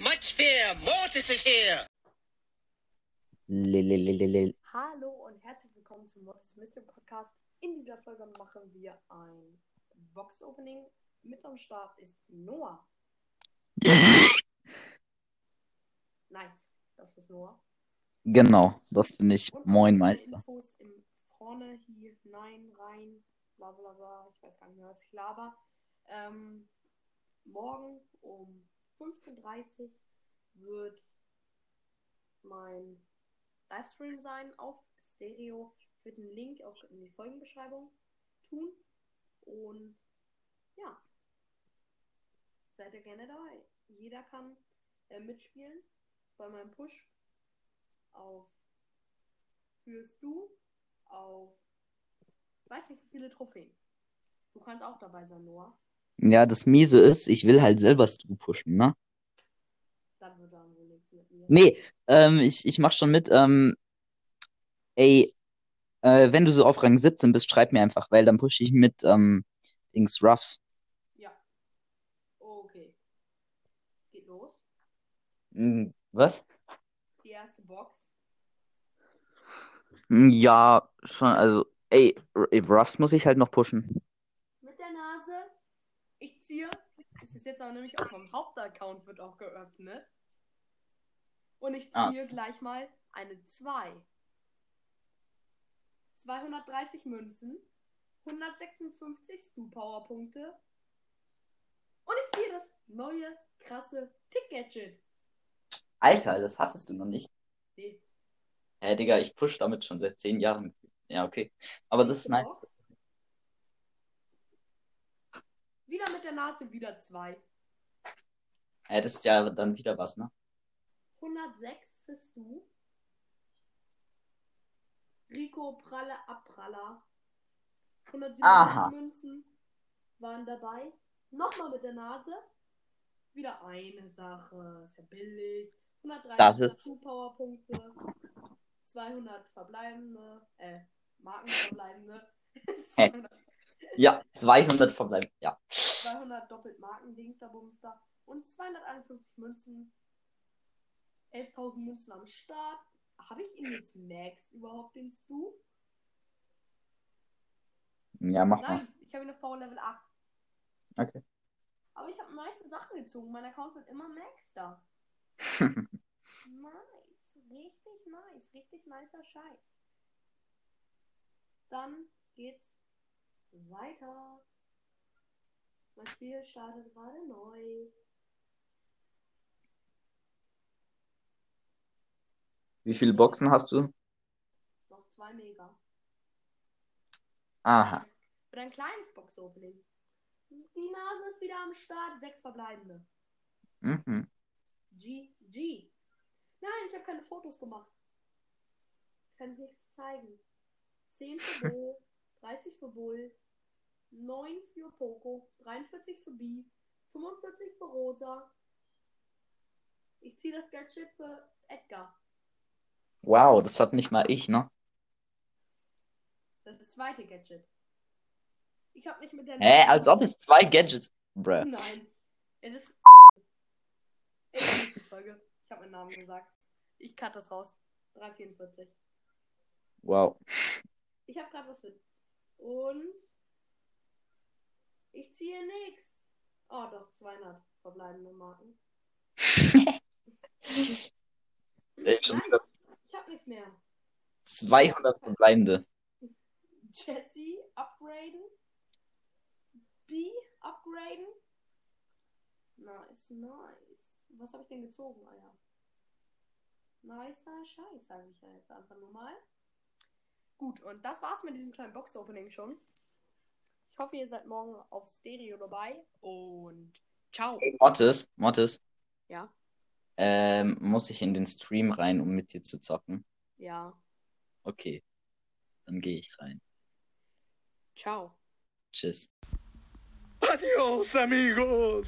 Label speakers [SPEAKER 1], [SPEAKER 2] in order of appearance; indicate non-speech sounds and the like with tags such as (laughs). [SPEAKER 1] Much fear, Mortis is here.
[SPEAKER 2] Lelelelelel.
[SPEAKER 3] Hallo und herzlich willkommen zum Mortis Mystery Podcast. In dieser Folge machen wir ein Box Opening. Mit am Start ist Noah. nice, das ist Noah.
[SPEAKER 2] Genau, das bin ich. Moin,
[SPEAKER 3] alle
[SPEAKER 2] Meister.
[SPEAKER 3] Infos im vorne hier, nein, rein, bla bla bla. Ich weiß gar nicht mehr, was ich laber. Ähm, morgen um 15.30 Uhr wird mein Livestream sein auf Stereo. Ich werde einen Link auch in die Folgenbeschreibung tun. Und ja, seid ihr gerne dabei. Jeder kann äh, mitspielen bei meinem Push auf führst du auf weiß nicht wie viele Trophäen. Du kannst auch dabei sein, Noah.
[SPEAKER 2] Ja, das Miese ist, ich will halt selber Stu pushen, ne?
[SPEAKER 3] Dann wird dann wohl nichts mit mir.
[SPEAKER 2] Nee, ähm, ich, ich mach schon mit. Ähm, ey, äh, wenn du so auf Rang 17 bist, schreib mir einfach, weil dann pushe ich mit ähm, Dings Ruffs.
[SPEAKER 3] Ja. Okay. Geht los.
[SPEAKER 2] Hm, Was?
[SPEAKER 3] Die erste Box.
[SPEAKER 2] Hm, Ja, schon, also, ey, R- ey, Ruffs muss ich halt noch pushen.
[SPEAKER 3] Mit der Nase. Ich ziehe. Es ist jetzt auch nämlich auf meinem Hauptaccount wird auch geöffnet. Und ich
[SPEAKER 2] Ah.
[SPEAKER 3] ziehe gleich mal eine 2. 230 Münzen. 156 Stu-Power-Punkte. Und ich ziehe das neue, krasse Tick-Gadget.
[SPEAKER 2] Alter, das hattest du noch nicht.
[SPEAKER 3] Nee,
[SPEAKER 2] Hä, Digga, ich push damit schon seit 10 Jahren. Ja, okay. Aber das ist
[SPEAKER 3] nächste
[SPEAKER 2] nice.
[SPEAKER 3] Box. Wieder mit der Nase, wieder 2.
[SPEAKER 2] Hä, Äh, das ist ja dann wieder was, ne?
[SPEAKER 3] 106 für Stu. Rico Pralle Abpraller. 170
[SPEAKER 2] Aha.
[SPEAKER 3] Münzen waren dabei. Nochmal mit der Nase. Wieder eine Sache. Ist ja billig. 130
[SPEAKER 2] Das ist-
[SPEAKER 3] Stu-Powerpunkte. 200 verbleibende. Äh, Markenverbleibende.
[SPEAKER 2] Äh.
[SPEAKER 3] (laughs) 200,
[SPEAKER 2] Ja, 200 verbleiben. Ja.
[SPEAKER 3] 200 doppelt Marken. Dingster Bumster. Und 251 Münzen. 11.000 Münzen am Start. Habe ich ihn jetzt Max überhaupt, den Stu?
[SPEAKER 2] Ja, mach mal.
[SPEAKER 3] Nein, ich habe ihn auf Power Level 8.
[SPEAKER 2] Okay.
[SPEAKER 3] Aber ich habe nice Sachen gezogen. Mein Account wird immer Maxter. nice. Richtig nice. Richtig nicer Scheiß. Dann geht's weiter. Mein Spiel startet gerade neu.
[SPEAKER 2] (laughs) Wie viele Boxen hast du?
[SPEAKER 3] Noch zwei Mega.
[SPEAKER 2] Aha.
[SPEAKER 3] Oder ein kleines Box-Opening. Die Nase ist wieder am Start. Sechs verbleibende.
[SPEAKER 2] Mhm.
[SPEAKER 3] GG. Nein, ich habe keine Fotos gemacht. Kann ich nichts zeigen. 10 für
[SPEAKER 2] (laughs)
[SPEAKER 3] Bo, 30 für Bull, 9 für Poco, 43 für B, 45 für Rosa. Ich ziehe das Gadget für Edgar.
[SPEAKER 2] Wow, das hat nicht mal ich, ne?
[SPEAKER 3] Das zweite Gadget. Ich habe nicht mit der.
[SPEAKER 2] Hä, als ob es zwei Gadgets. Bruh.
[SPEAKER 3] Nein. Es ist. In der nächsten Folge. Ich habe meinen Namen gesagt. Ich cut das raus. 344.
[SPEAKER 2] Wow.
[SPEAKER 3] Ich habe gerade was für. Und ich ziehe nix. Oh, doch 200 verbleibende Marken.
[SPEAKER 2] Ey, schon
[SPEAKER 3] Nice.
[SPEAKER 2] wieder.
[SPEAKER 3] Ich habe nichts mehr.
[SPEAKER 2] 200 verbleibende.
[SPEAKER 3] Jesse upgraden. B upgraden. Nice, nice. Was habe ich denn gezogen, Alter? Nicer Scheiß, sage ich ja jetzt einfach nur mal. Gut, und das war's mit diesem kleinen Box-Opening schon. Ich hoffe, ihr seid morgen auf Stereo dabei und ciao.
[SPEAKER 2] Hey, Mottes, Mottes.
[SPEAKER 3] Ja.
[SPEAKER 2] Ähm, muss ich in den Stream rein, um mit dir zu zocken?
[SPEAKER 3] Ja,
[SPEAKER 2] Okay. Dann gehe ich rein.
[SPEAKER 3] ciao.
[SPEAKER 2] Tschüss.
[SPEAKER 1] Adios, amigos.